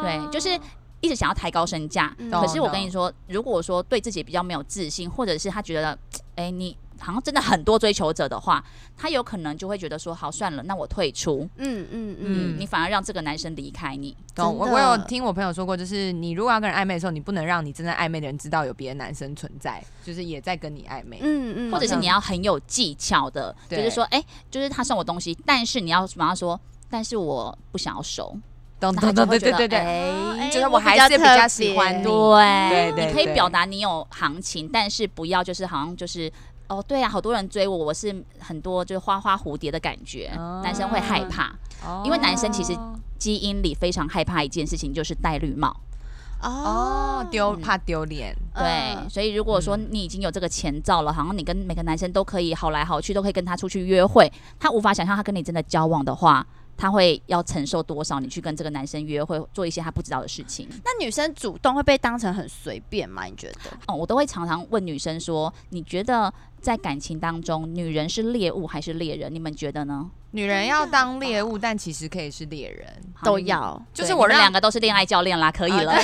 S1: 啊
S3: 对，就是一直想要抬高身价。
S2: 嗯
S3: 可是我跟你
S1: 懂
S3: 说，如果说对自己比较没有自信，或者是他觉得，哎、你好像真的很多追求者的话，他有可能就会觉得说，好算了，那我退出。
S2: 嗯嗯嗯，
S3: 嗯，你反而让这个男生离开你。
S1: 懂我
S2: 真
S1: 我
S2: 的
S1: 有听我朋友说过，就是你如果要跟人暧昧的时候，你不能让你真正暧昧的人知道有别的男生存在，就是也在跟你暧昧。
S2: 嗯嗯，
S3: 或者是
S1: 好像
S3: 你要很有技巧的，就
S1: 对
S3: 是说，哎、就是他送我东西，但是你要马上说，但是我不想要收，
S1: 懂懂
S3: 那他就
S1: 懂，对
S3: 会觉
S1: 哦对
S3: 得
S1: 对
S3: 哎
S1: 对，
S2: 哎
S1: 就是
S2: 我
S1: 我
S2: 比
S1: 还
S2: 较
S1: 是比
S2: 特
S1: 较喜欢
S2: 别
S1: 你。
S3: 对
S1: 对
S3: 哎你可以
S1: 对
S3: 表达你有行情，但是不要就是好像就是。哦，对啊，好多人追我，我是很多就是花花蝴蝶的感觉，
S1: 哦
S3: 男生会害怕。因为男生其实基因里非常害怕一件事情，就是戴绿帽。
S1: 哦丢
S3: 嗯
S1: 怕丢脸，
S3: 对，
S2: 嗯
S3: 所以如果说
S1: 嗯
S3: 你已经有这个前兆了，好像你跟每个男生都可以好来好去，都可以跟他出去约会，他无法想象他跟你真的交往的话，他会要承受多少？你去跟这个男生约会，做一些他不知道的事情。
S2: 那女生主动会被当成很随便吗？你觉得？
S3: 哦，我都会常常问女生说：“你觉得在感情当中，女人是猎物还是猎人？你们觉得呢
S1: 女人要当猎物，但其实可以是猎人。？”
S3: 好
S2: 都。
S3: 你们
S2: 要
S1: 就是
S3: 哦对
S1: 我
S3: 你们
S1: 让
S3: 两个都是恋爱教练啦，可
S1: *laughs*
S3: 以了，
S1: 啊，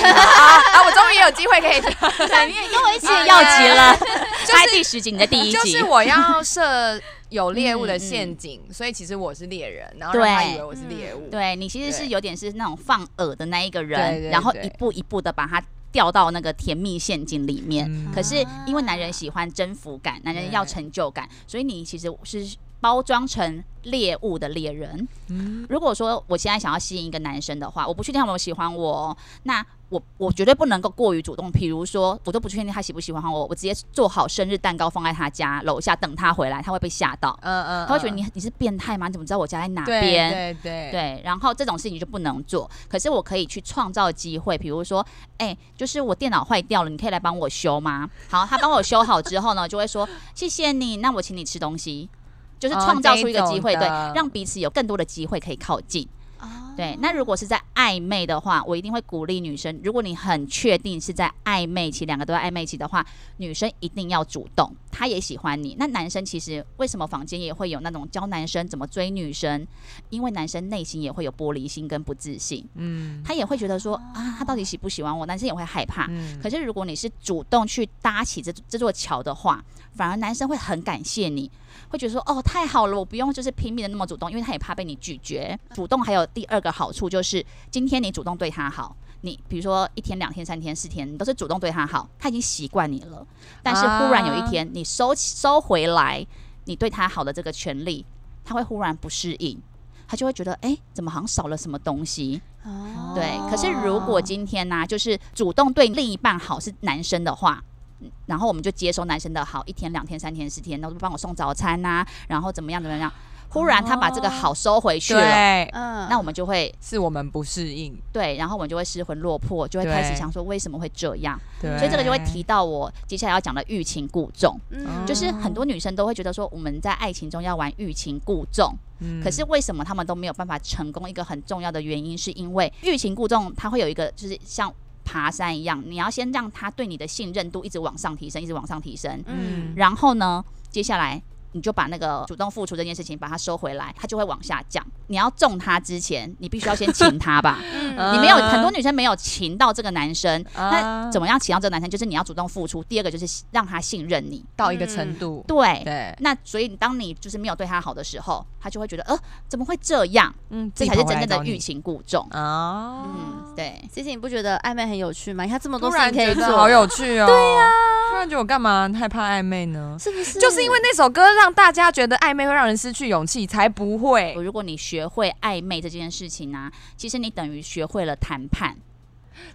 S1: 我终于有机会
S3: *laughs*
S1: 可以，
S3: 对，因为跟我一起
S1: 哎
S3: 要
S1: 呀
S3: 急
S1: *laughs*
S3: 了，拍第十集，你的第一嗯集，
S1: 就是我要设有猎物的陷阱，所以其实我是猎人，然后让他以为我是猎物。
S3: 嗯对你其实是
S1: 对
S3: 有点是那种放饵的那一个
S1: 对
S3: 人，
S1: 对
S3: 然后
S1: 对
S3: 一步一步的把他掉到那个甜蜜陷阱里面。
S1: 嗯
S3: 可是因为男人喜欢征服感，男人要
S1: 对
S3: 成就感，所以你其实是包装成猎物的猎人。
S1: 嗯
S3: 如果说我现在想要吸引一个男生的话，我不确定他有没有喜欢我哦、那我我绝对不能够过于主动。比如说，我都不确定他喜不喜欢我，我直接做好生日蛋糕放在他家楼下等他回来，他会被吓到，
S1: 嗯嗯，
S3: 他会觉得你你是变态吗？你怎么知道我家在哪
S1: 对
S3: 边？
S1: 对对
S3: 对，然后这种事情就不能做。可是我可以去创造机会，比如说，哎、就是我电脑坏掉了，你可以来帮我
S1: *laughs*
S3: 修吗？好，他帮我修好之后呢，就会说谢谢你，那我请你吃东西，就是
S1: 哦
S3: 创造
S1: 这
S3: 出一个机
S1: 种
S3: 会，对，
S1: 的
S3: 让彼此有更多的机会可以靠近。
S2: 哦，
S3: 对，那如果是在暧昧的话，我一定会鼓励女生，如果你很确定是在暧昧期，两个都在暧昧期的话，女生一定要主动，他也喜欢你。那男生其实为什么房间也会有那种教男生怎么追女生？因为男生内心也会有玻璃心跟不自信，
S1: 嗯
S3: 他也会觉得说啊，他到底喜不喜欢我？男生也会害怕。
S1: 嗯
S3: 可是如果你是主动去搭起这这座桥的话，反而男生会很感谢你，会觉得说哦太好了，我不用就是拼命的那么主动，因为他也怕被你拒绝。主动还有第二个好处就是，今天你主动对他好。你比如说一天、两天、三天、四天，你都是主动对他好，他已经习惯你了。但是忽然有一天，你收起收回来你对他好的这个权利，他会忽然不适应，他就会觉得，哎、怎么好像少了什么东西？
S2: 哦
S3: 对，可是如果今天呢、就是主动对另一半好是男生的话。嗯然后我们就接收男生的好，一天、两天、三天、四天，然后帮我送早餐呐、然后怎么样怎么样。忽然他把这个好收回去了，
S1: 哦对，
S2: 嗯
S3: 那我们就会
S1: 是我们不适应，
S3: 对，然后我们就会失魂落魄，就会开始
S1: 对
S3: 想说为什么会这样。
S1: 对，
S3: 所以这个就会提到我接下来要讲的欲擒故纵，
S2: 嗯
S3: 就是很多女生都会觉得说我们在爱情中要玩欲擒故纵，
S1: 嗯，
S3: 可是为什么他们都没有办法成功？一个很重要的原因是因为欲擒故纵，它会有一个就是像爬山一样，你要先让他对你的信任度一直往上提升，一直往上提升，
S1: 嗯
S3: 然后呢，接下来。你就把那个主动付出这件事情把它收回来，它就会往下降。你要中他之前，你必须要先擒
S1: *laughs*
S3: 他吧。
S2: 嗯
S1: 嗯
S3: 你没有很多女生没有擒到这个男生，那
S1: 啊
S3: 怎么样擒到这个男生？就是你要主动付出。第二个就是让他信任你。
S1: 到一个程度，
S3: 嗯对，
S1: 对，
S3: 那所以当你就是没有对他好的时候，他就会觉得，呃，怎么会这样？
S1: 嗯，
S3: 这才是真正的欲擒故纵。
S1: 啊，
S3: 嗯，对。
S2: 其实你不觉得暧昧很有趣吗？你看这么
S1: 突
S2: 多事
S1: 然
S2: 情可
S1: 觉
S2: 以
S1: 得
S2: 做，
S1: 好有趣哦，对呀，突然觉得我干嘛害怕暧昧呢？
S2: *laughs* 是不是？
S1: 就是因为那首歌让大家觉得暧昧会让人失去勇气，才不会。
S3: 如果你学会暧昧这件事情呢、其实你等于学会了谈判。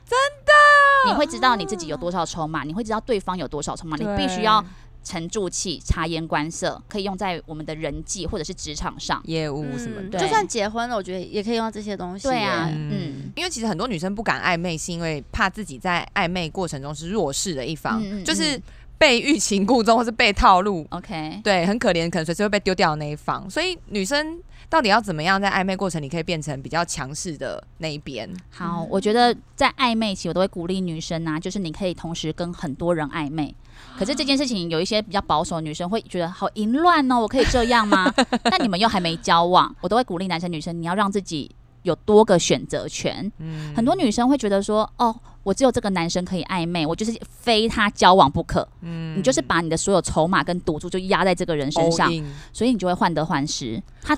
S3: 真的，你会知道你自己有多少筹码，你会知道对方有多少筹码，你必须要
S1: 对
S3: 沉住气、察言观色，可以用在我们的人际或者是职场上。
S1: 业务什么
S2: 嗯
S1: 的，
S3: 对
S2: 就算结婚了，我觉得也可以用到这些东西耶。
S3: 对啊，
S1: 嗯
S3: 嗯，
S1: 因为其实很多女生不敢暧昧，是因为怕自己在暧昧过程中是弱势的一方，
S3: 嗯嗯
S1: 就是被欲擒故纵或是被套路，
S3: OK，
S1: 对，很可怜，可能随时会被丢掉的那一方。所以女生到底要怎么样在暧昧过程里可以变成比较强势的那一边？嗯
S3: 好，我觉得在暧昧期，我都会鼓励女生啊，就是你可以同时跟很多人暧昧。可是这件事情有一些比较保守的女生会觉得好
S1: *laughs*
S3: 淫乱哦，我可以这样吗？但你们又还没交往，我都会鼓励男生女生，你要让自己有多个选择权。
S1: 嗯
S3: 很多女生会觉得说，哦，我只有这个男生可以暧昧，我就是非他交往不可。
S1: 嗯
S3: 你就是把你的所有筹码跟赌注就压在这个人身上，
S1: all in
S3: 所以你就会患得患失。他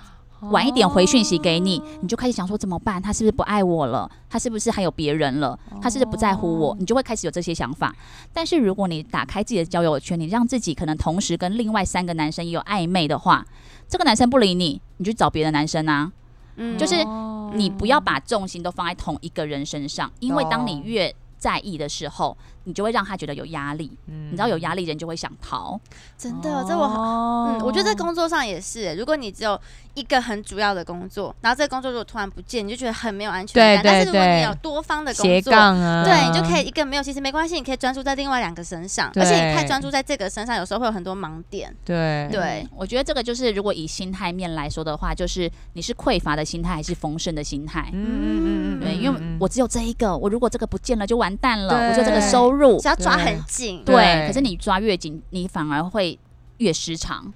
S3: 晚一点回讯息给你，你就开始想说怎么办？他是不是不爱我了？他是不是还有别人了？他是不是不在乎我？你就会开始有这些想法。但是如果你打开自己的交友圈，你让自己可能同时跟另外三个男生也有暧昧的话，这个男生不理你，你去找别的男生啊。
S2: 嗯
S3: 就是
S1: 哦
S3: 你不要把重心都放在同一个人身上，因为当你
S1: 懂
S3: 越在意的时候，你就会让他觉得有压力。
S1: 嗯
S3: 你知道有压力，人就会想逃。
S2: 真的，这我好。
S1: 哦
S2: 嗯，我觉得在工作上也是，如果你只有一个很主要的工作，然后这个工作如果突然不见，你就觉得很没有安全
S1: 对对
S2: 感。但是如果
S1: 对
S2: 你有多方的
S1: 斜
S2: 工作，
S1: 杠啊，
S2: 对你就
S3: 嗯
S2: 可以一个没有，其实没关系，你可以专注在另外两个身上，
S1: 对
S2: 而且你太专注在这个身上，有时候会有很多盲点。
S1: 对
S2: 对
S3: 嗯我觉得这个就是，如果以心态面来说的话，就是你是匮乏的心态还是丰盛的心态？
S1: 嗯嗯嗯嗯，
S3: 对，因为
S1: 嗯
S3: 我只有这一个，我如果这个不见了就完蛋了，
S1: 对
S3: 我就这个收入
S2: 只，要抓很紧，
S1: 对
S3: 对。可是你抓越紧，你反而会越失常。
S1: 哦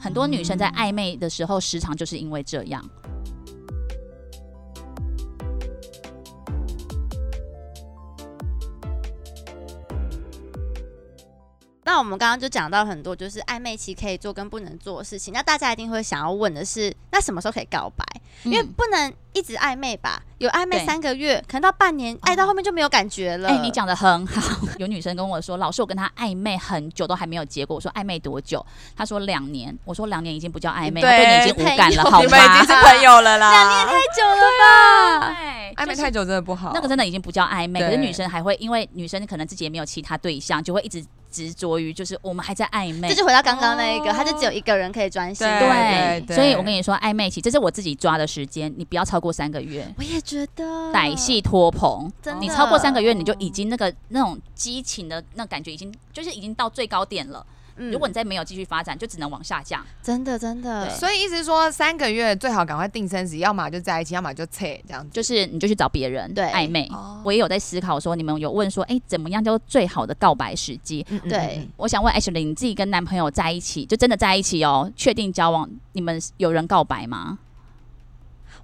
S3: 很多女生在暧昧的时候失常，就是因为这样。
S2: 那我们刚刚就讲到很多，就是暧昧期可以做跟不能做的事情。那大家一定会想要问的是，那什么时候可以告白？因为
S3: 嗯
S2: 不能一直暧昧吧？有暧昧
S3: 对
S2: 三个月，可能到半年，爱到后面就没有感觉了。
S3: 哎、你讲的很好。有女生跟我说，老师，我跟他暧昧很久都还没有结果。我说暧昧多久？她说两年。我说两年已经不叫暧
S1: *laughs*
S3: 昧，
S1: 对
S3: 我对你已经无感了，好
S1: 你们已经
S3: 吗？
S1: 是朋友了啦，
S2: 两年也太久了吧？
S3: 对
S1: 暧昧
S3: 就是
S1: 太久真的不好，
S3: 那个真的已经不叫暧昧，可是
S1: 对
S3: 女生还会因为女生可能自己也没有其他对象，就会一直执着于就是我们还在暧昧
S2: 这。就回到刚刚那一个，
S1: 哦
S2: 他就只有一个人可以专心。
S1: 对
S3: 对，
S1: 对
S3: 所以我跟你说，暧昧期这是我自己抓的时间，你不要超过三个月，
S2: 我也觉得
S3: 歹戏拖棚。
S2: 真的，
S3: 你超过三个月，你就已经那个那种激情的那感觉，已经就是已经到最高点了。
S2: 嗯，
S3: 如果你再没有继续发展，就只能往下降。
S2: 真的真的，
S1: 所以意思是说三个月最好赶快定生死，要么就在一起，要么就切这样子。
S3: 就是你就去找别人
S2: 对
S3: 暧昧。
S1: 哦
S3: 我也有在思考说，你们有问说，哎、怎么样叫做最好的告白时机？
S1: 嗯嗯
S2: 对
S1: 嗯
S3: 我想问 Ashley，你自己跟男朋友在一起，就真的在一起哦，确定交往，你们有人告白吗？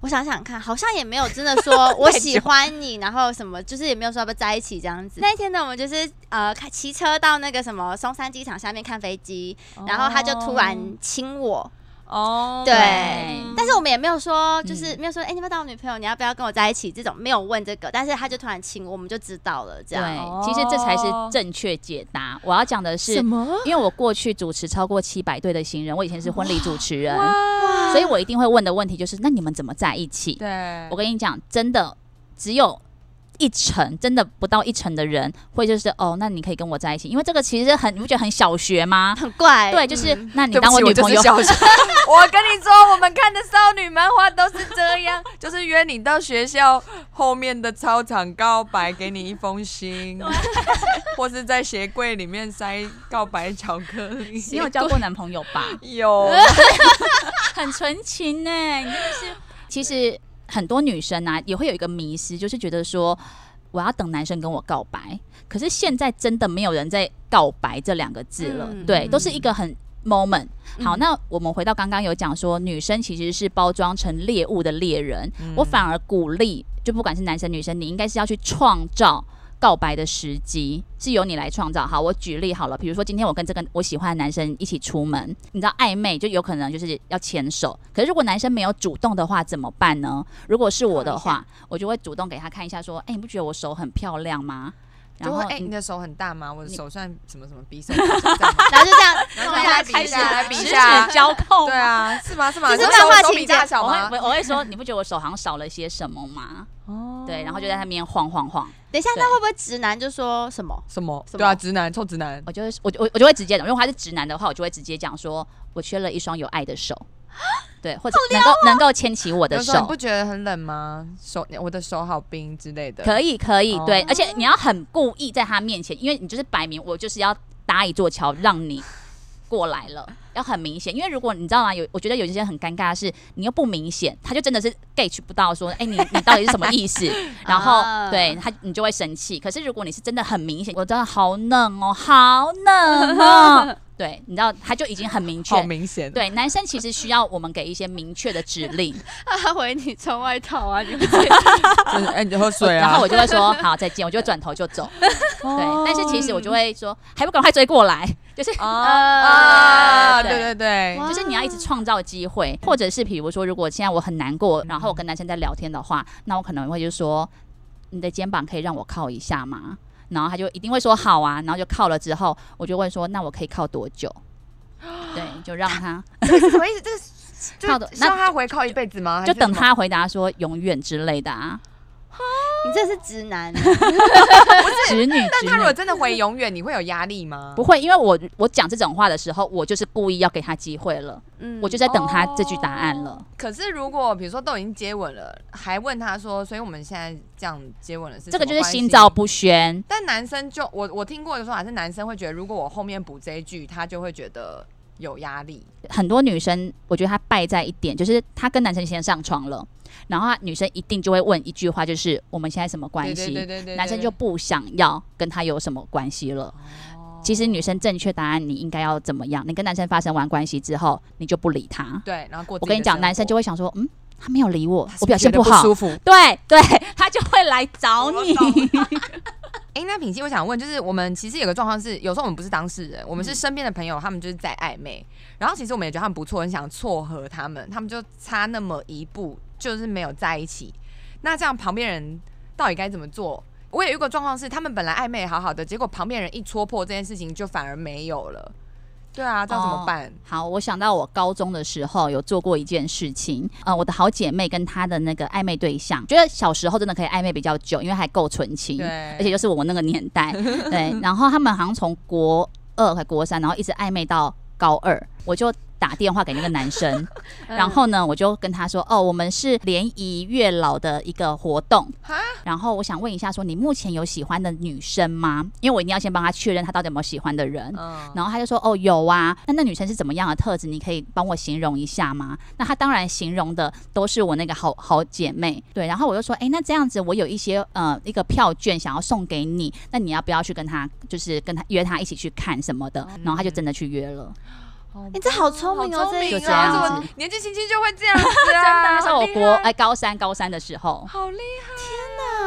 S2: 我想想看，好像也没有真 *laughs* 的说我喜欢你，然后什么，就是也没有说要不要在一起这样子。那一天呢，我们就是呃开骑车到那个什么松山机场下面看飞机，
S1: 嗯
S2: 然后他就突然亲我，
S1: 哦，
S2: 对
S3: 对
S2: 但是我们也没有说，就是没有说，哎、你要不要当我女朋友？你要不要跟我在一起？这种没有问这个，但是他就突然亲我，我们就知道了这
S3: 对
S2: 样。，
S3: 其实这才是正确解答。我要讲的是，
S1: 么？
S3: 因为我过去主持超过七百对的新人，我以前是婚礼主持人，
S1: 哇
S3: 所以我一定会问的问题就是，那你们怎么在一起？
S1: 对，
S3: 我跟你讲，真的只有一成，真的不到一成的人会就是哦，那你可以跟我在一起，因为这个其实很，你不觉得很小学
S2: *laughs*
S3: 吗？
S2: 很怪，
S3: 对，就是、
S2: 嗯
S3: 那你
S1: 对不
S3: 当
S1: 起
S3: 女
S1: 就
S3: 朋
S1: 是
S3: 友，
S1: 小 *laughs* 我跟你说，我们看的少女漫画都是这样，就是约你到学校后面的操场告白，给你一封
S3: *laughs*
S1: 信，或是在鞋柜里面塞告白巧克力。
S3: *laughs* 你有交过男朋友吧？
S1: *laughs* 有，
S3: 很纯情呢、你真的是。其实很多女生啊，也会有一个迷失，就是觉得说我要等男生跟我告白。可是现在真的没有人在“告白”这两个字了，
S2: 嗯
S3: 对，
S1: 嗯
S3: 都是一个很 moment。好，
S2: 嗯
S3: 那我们回到刚刚有讲说，女生其实是包装成猎物的猎人，
S1: 嗯
S3: 我反而鼓励，就不管是男生女生，你应该是要去创造。告白的时机是由你来创造。好，我举例好了，比如说今天我跟这个我喜欢的男生一起出门，你知道暧昧就有可能就是要牵手，可是如果男生没有主动的话怎么办呢？如果是我的
S2: 看
S3: 话，我就会主动给他看一下，说，哎、你不觉得我手很漂亮吗？然
S1: 就
S3: 后
S1: 会哎，
S3: 你
S1: 你的手很大吗？我的手算什么什么比手？
S3: *laughs*
S2: 然后就这样，
S1: *laughs* 然
S2: 然
S1: 后
S2: 后
S1: 就
S2: 大家
S1: 开始
S2: 比一下，
S1: 来
S2: 来
S1: 比
S2: 比
S1: 一
S2: 一
S1: 下
S2: 下。
S3: 是交扣
S1: 对
S3: 吗？
S1: 啊，是吗？是吗？
S2: 这是
S1: 手
S2: 漫画
S1: 手
S2: 情
S1: 比大
S2: 节
S1: 小
S3: 啊我会
S1: 吗？
S3: 我我会说，你不觉得我手好像少了些什么吗？
S1: 哦
S3: 对，然后就在他面前晃晃晃。
S2: 等一下，
S3: 对
S2: 那会不会直男就说什么？
S1: 什么？
S2: 什么
S1: 对啊，直男，臭直男。
S3: 我就会我就我我就会直接讲，如果他是直男的话，我就会直接讲说，我缺了一双有爱的手，对，或者能够、能够牵起我的
S1: 有时候你
S3: 手
S1: 不，觉得很冷吗？手，我的手好冰之类的。
S3: 可以可以，
S1: 哦
S3: 对，而且你要很故意在他面前，因为你就是摆明我就是要搭一座桥让你过来了，要很明显，因为如果你知道吗？有我觉得有一些很尴尬的是，你又不明显，他就真的是 get 不到说，哎、你你到底是什么意思？然后
S2: 啊
S3: 对他你就
S2: 嗯
S3: 会生气。可是如果你是真的很明显，我真的好冷哦，好冷哦，对，你知道他就已经很明
S1: 好
S3: 确。
S1: 明显。
S3: 对，男生其实需要我们给一些明确的指令，
S2: *laughs* 他回你穿外套啊，
S1: *laughs*
S2: 你
S1: 就是，哎，你喝水啊。
S3: 然后我就会说好再见，我就会转头就走。
S1: 哦
S3: 对，但是其实我就会说还不赶快追过来，就是
S1: 啊，
S3: 呃
S1: 对对对，
S2: 哇
S3: 就是你要一直创造机会，或者是比如说，如果现在我很难过，然后我跟男生在聊天的话，那我可能会就说，你的肩膀可以让我靠一下吗？然后他就一定会说好啊，然后就靠了之后，我就问说，那我可以靠多久？对，就让他
S1: 这是什么意思？这个就
S3: 靠的
S1: 是
S3: 那
S1: 让他回靠一辈子吗？还
S3: 就是等
S1: 什么，
S3: 他回答说永远之类的啊，
S2: 你这是直男，欸
S3: 侄女
S1: 但
S3: 侄
S1: 他如果
S3: 女
S1: 真的回永远，你会有压力吗？
S3: *laughs* 不会，因为我我讲这种话的时候，我就是故意要给他机会了，
S2: *laughs* 嗯
S3: 我就在等他这句答案了。
S1: 哦可是如果比如说都已经接吻了，还问他说，所以我们现在这样接吻了是
S3: 这个就
S1: 什
S3: 是
S1: 么关系
S3: 心照。不宣，
S1: 但男生就我我听过的说法是，男生会觉得如果我后面补这一句，他就会觉得有压力。
S3: 很多女生，我觉得她败在一点，就是她跟男生先上床了，然后她女生一定就会问一句话，就是我们现在什么关
S1: 对对对对
S3: 系？
S1: 对对，
S3: 男生就不想要跟他有什么关系了。
S1: 哦
S3: 其实女生正确答案，你应该要怎么样？你跟男生发生完关系之后，你就不理他。
S1: 对，然后过
S3: 我跟你讲，男生就
S1: 会
S3: 会想说，嗯，他没有理我，我表现不好，
S1: 舒服。
S3: 对对，他就会来找
S1: 我
S3: 你。
S1: 哎、那品熙，我想问，就是我们其实有个状况是，有时候我们不是当事人，我们是身边的朋友，他们就是在暧昧，然后其实我们也觉得他们不错，很想撮合他们，他们就差那么一步，就是没有在一起。那这样旁边人到底该怎么做？我也有一个状况是，他们本来暧昧好好的，结果旁边人一戳破这件事情，就反而没有了。对啊，这样怎么办？
S3: *laughs* 好，我想到我高中的时候有做过一件事情，呃，我的好姐妹跟她的那个暧昧对象，觉得小时候真的可以暧昧比较久，因为还够纯情，
S1: 对，
S3: 而且又是我那个年代，对。然后他们好像从国二还国三，然后一直暧昧到高二，我就打电话给那个男生，
S2: 嗯
S3: 然后呢，我就跟他说，哦，我们是联谊月老的一个活动
S1: 哈，
S3: 然后我想问一下，说你目前有喜欢的女生吗？因为我一定要先帮他确认他到底有没有喜欢的人。
S1: 嗯
S3: 然后他就说：“哦，有啊，那那女生是怎么样的特质？你可以帮我形容一下吗？”那他当然形容的都是我那个好好姐妹，对。然后我就说：“哎，那这样子，我有一些呃一个票券想要送给你，那你要不要去跟他，就是跟他约他一起去看什么
S1: 嗯
S3: 的？”然后他就真的去约了。
S2: 你这好聪明哦
S1: 好聪
S2: 这一
S1: 明
S3: 招
S1: 啊！这么
S3: 就这样子
S1: 年纪轻轻就会这样子啊！
S3: 那时候我
S1: 好厉
S3: 国
S1: 害
S3: 哎高三高三的时候，
S1: 好厉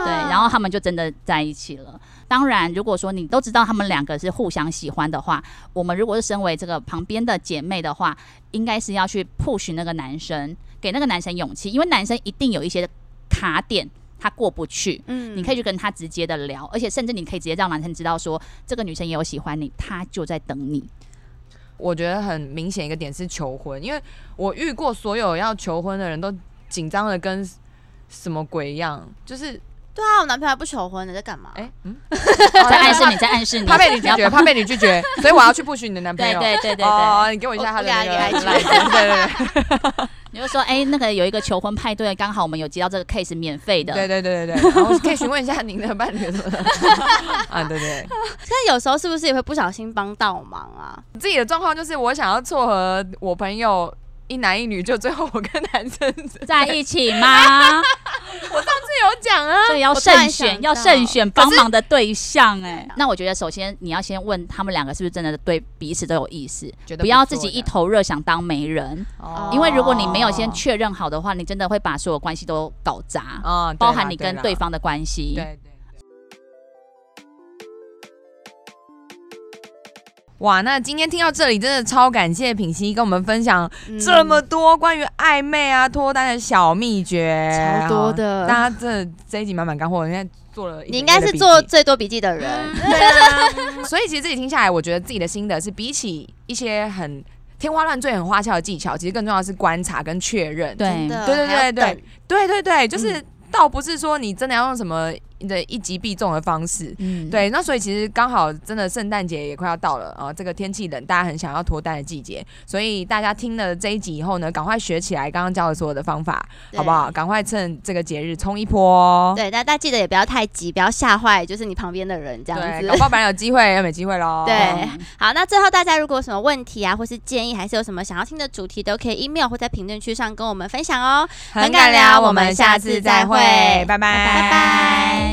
S3: 对，
S1: 嗯
S3: 然后他们就真的在一起了。当然，如果说你都知道他们两个是互相喜欢的话，我们如果是身为这个旁边的姐妹的话，应该是要去 push 那个男生，给那个男生勇气，因为男生一定有一些卡点他过不去。
S2: 嗯
S3: 你可以去跟他直接的聊，而且甚至你可以直接让男生知道说，这个女生也有喜欢你，她就在等你。
S1: 我觉得很明显一个点是求婚，因为我遇过所有要求婚的人都紧张的跟什么鬼一样，就是
S2: 对啊，我男朋友还不求婚呢，在干嘛？
S1: 哎、嗯，
S3: 在暗示你，在暗示你，
S1: 怕被你拒
S3: 要 *laughs*
S1: 绝，怕被你拒绝，所以我要去不许你的男朋
S3: 对
S1: 友。
S3: 对对对对，
S1: 哦，你给我一下他的那个
S2: 我不给他
S1: 来
S2: 给
S1: 对对
S3: 你就说，哎、那个有一个求婚派对，刚好我们有接到这个 case 免费的，
S1: 对对对对对对，然后可以询问一下您的伴侣什么的啊，对对对，
S2: 但有时候是不是也会不小心帮倒忙啊？
S1: 自己的状况就是我想要撮合我朋友一男一女，就最后我跟男生
S3: 在一起吗？
S1: 是有讲啊，
S3: *laughs* 所以要
S2: 我突然
S3: 慎选，
S2: 想
S3: 要
S2: 到
S3: 慎选帮忙的对象、哎，那我觉得首先你要先问他们两个是不是真的对彼此都有意思，
S1: 觉得
S3: 不要自己
S1: 错
S3: 一
S1: 的，
S3: 头热想当媒人，
S1: 哦
S3: 因为如果你没有先
S2: 哦
S3: 确认好的话，你真的会把所有关系都搞砸，
S1: 啊，
S3: 包含你跟
S1: 对
S3: 哦对
S1: 啦
S3: 方的关系。
S1: 对对哇，那今天听到这里，真的超感谢品熙跟我们分享
S2: 嗯
S1: 这么多关于暧昧啊、脱单的小秘诀，
S2: 超多的
S1: 大家这这一集满满干货，应该做了一整
S2: 你应该
S1: 页的
S2: 是
S1: 笔
S2: 做
S1: 记
S2: 最多笔记的嗯人，
S1: 对啊，所以其实自己听下来，我觉得自己的心得是，比起一些很天花乱坠、很花俏的技巧，其实更重要的是观察跟确认。
S3: 对
S2: 真的
S1: 对对
S2: 还
S1: 对
S2: 要等
S1: 对对对，
S2: 嗯
S1: 就是、倒不是说你真的要用什么的一击必中的方式，
S3: 嗯，
S1: 对，那所以其实刚好真的圣诞节也快要到了啊、这个天气冷，大家很想要脱单的季节，所以大家听了这一集以后呢，赶快学起来刚刚教的所有的方法，好不？好？赶快趁这个节日冲一波哦。
S2: 对，但大家记得也不要太急，不要吓坏，就是你旁边的人这样
S1: 对，
S2: 子
S1: 搞。不好本来有机会，又没机会喽。
S2: 对，
S3: 嗯
S2: 好，那最后大家如果有什么问题啊，或是建议，还是有什么想要听的主题，都可以 email 或在评论区上跟我们分享哦。
S1: 啊很敢聊，我们下次再会，拜拜，
S2: 拜拜
S3: 拜。